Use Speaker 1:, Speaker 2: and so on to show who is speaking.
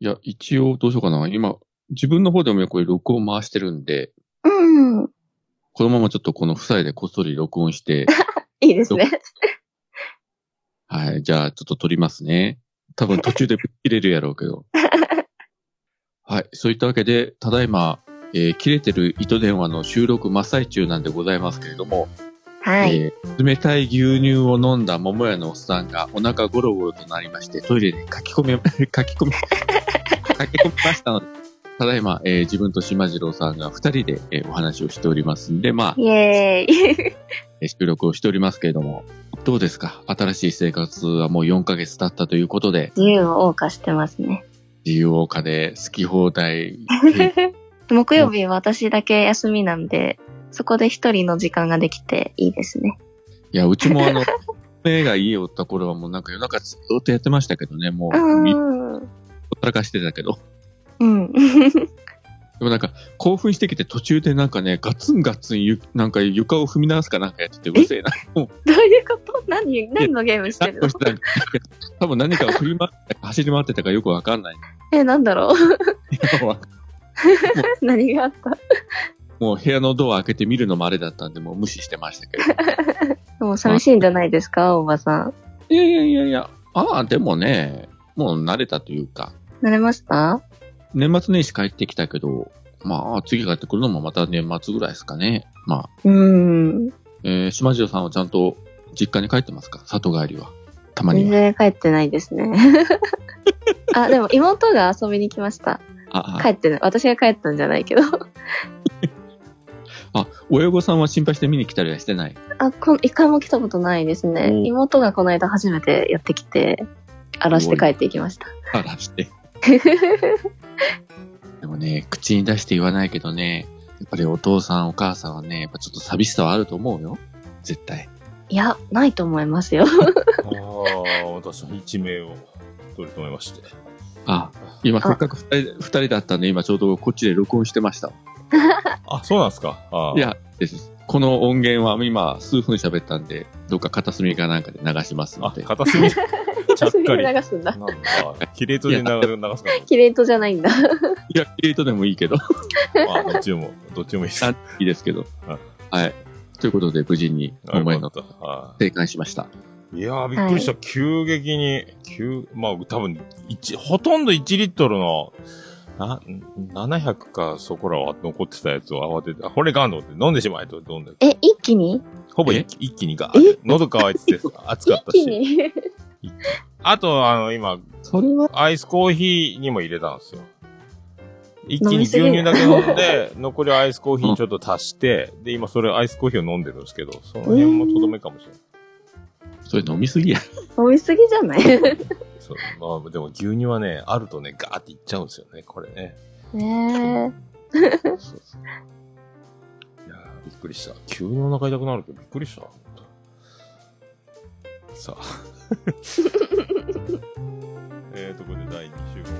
Speaker 1: いや、一応どうしようかな。今、自分の方でもこれ録音回してるんで、
Speaker 2: うん。
Speaker 1: このままちょっとこの夫妻でこっそり録音して、
Speaker 2: いいですね。
Speaker 1: はい、じゃあちょっと撮りますね。多分途中でぶっ切れるやろうけど。はい、そういったわけで、ただいま、えー切れてる糸電話の収録真っ最中なんでございますけれども、
Speaker 2: はい。
Speaker 1: えー冷たい牛乳を飲んだ桃屋のおっさんがお腹ゴロゴロとなりまして、トイレに書き込み、 書き 込み、書き込みましたので、ただいま、えー自分と島次郎さんが二人で、えーお話をしておりますんで、まあ、
Speaker 2: イエーイ。
Speaker 1: えー収録をしておりますけれども、どうですか新しい生活はもう4ヶ月経ったということで、
Speaker 2: 自由を謳歌してますね。
Speaker 1: 自由丘で好き放題、
Speaker 2: 木曜日私だけ休みなんで、そこで一人の時間ができていいですね。
Speaker 1: いや、うちもあ の、目が家おった頃はもうなんか夜中ずっとやってましたけどね、も
Speaker 2: う
Speaker 1: う、みっ
Speaker 2: ん。
Speaker 1: とらかしてたけど。
Speaker 2: うん。
Speaker 1: でもなんか、興奮してきて途中でなんかね、ガツンガツンゆ、なんか床を踏み直すかなんかやってて、うるせえな。
Speaker 2: どういうこと何、何のゲームし てるの
Speaker 1: 何をしてたんか多分何かを振り回ってたか走り回ってたかよくわかんない。
Speaker 2: え、なんだろう
Speaker 1: もう
Speaker 2: 何があった
Speaker 1: もう部屋のドア開けて見るのもあれだったんで、もう無視してましたけど。
Speaker 2: もう寂しいんじゃないですかおばさん。
Speaker 1: いやいやいやいや、ああ、でもね、もう慣れたというか、
Speaker 2: 慣れました
Speaker 1: 年末年始帰ってきたけど、まあ、次帰ってくるのもまた年末ぐらいですかね。まあ、
Speaker 2: うん。
Speaker 1: えー、島次郎さんはちゃんと実家に帰ってますか里帰りは。たま
Speaker 2: 全
Speaker 1: には。
Speaker 2: 然帰ってないですね。あ、でも妹が遊びに来ました。
Speaker 1: あ
Speaker 2: 帰ってない。私が帰ったんじゃないけど。
Speaker 1: あ、あ、親御さんは心配して見に来たりはしてない。
Speaker 2: あ、こん一回も来たことないですね。
Speaker 1: うん
Speaker 2: 妹がこの間初めてやってきて、荒らして帰っていきました。
Speaker 1: あらして。でもね、口に出して言わないけどね、やっぱりお父さんお母さんはね、やっぱちょっと寂しさはあると思うよ。絶対。
Speaker 2: いや、ないと思いますよ。
Speaker 3: ああ、私は一命を取り留めまして。
Speaker 1: あ、今せっかく二人二人だったんで、今ちょうどこっちで録音してました。
Speaker 3: あ、そうなんですか。あー
Speaker 1: い、や、ですです。この音源は今数分喋ったんで、どっか片隅かなんかで流しますの
Speaker 3: あ、
Speaker 1: で。
Speaker 3: 片 隅。ちゃっ
Speaker 2: 私
Speaker 3: か
Speaker 2: に
Speaker 3: り。なん
Speaker 2: 流 すんだ。
Speaker 3: だ。キレートで流流すか
Speaker 2: キレイトじゃないんだ。
Speaker 1: いや、キレートでもいいけど。
Speaker 3: な。あ、どっちでも、どっちでもいいです。
Speaker 1: あいいですけど
Speaker 3: あ。
Speaker 1: はい。ということで、無事に
Speaker 3: あよ
Speaker 1: 思
Speaker 3: か
Speaker 1: い
Speaker 3: っ
Speaker 1: の
Speaker 3: たあ
Speaker 1: 生還しました。
Speaker 3: ーいやー、びっくりした。急激に、急、まあ、多分、一、ほとんど1リットルの、な、700かそこらは残ってたやつを慌てて、あ、これガンと思って飲んでしまえと、飲んで。
Speaker 2: え、一気に
Speaker 3: ほぼ
Speaker 1: え
Speaker 3: 一気一気にガーって喉乾いてて、暑か
Speaker 2: 一
Speaker 3: った
Speaker 2: 気
Speaker 3: し。
Speaker 2: に
Speaker 3: あと、あの、今、
Speaker 1: それは、
Speaker 3: アイスコーヒーにも入れたんですよ。一気
Speaker 2: 飲
Speaker 3: に
Speaker 2: み
Speaker 3: 牛
Speaker 2: すぎ
Speaker 3: 乳だけ飲んで、 残りアイスコーヒーちょっと足して、で、今それアイスコーヒーを飲んでるんですけど、その辺もとどめかもしれない。
Speaker 1: それ飲みすぎや。
Speaker 2: 飲みすぎじゃない ね
Speaker 3: そうまあ、でも牛乳はね、あるとね、ガーっていっちゃうんですよね、これね。
Speaker 2: え。
Speaker 3: そうそういやーびっくりした。急にお腹痛くなるけど、びっくりした。本当さあ。えーと、これで第2週。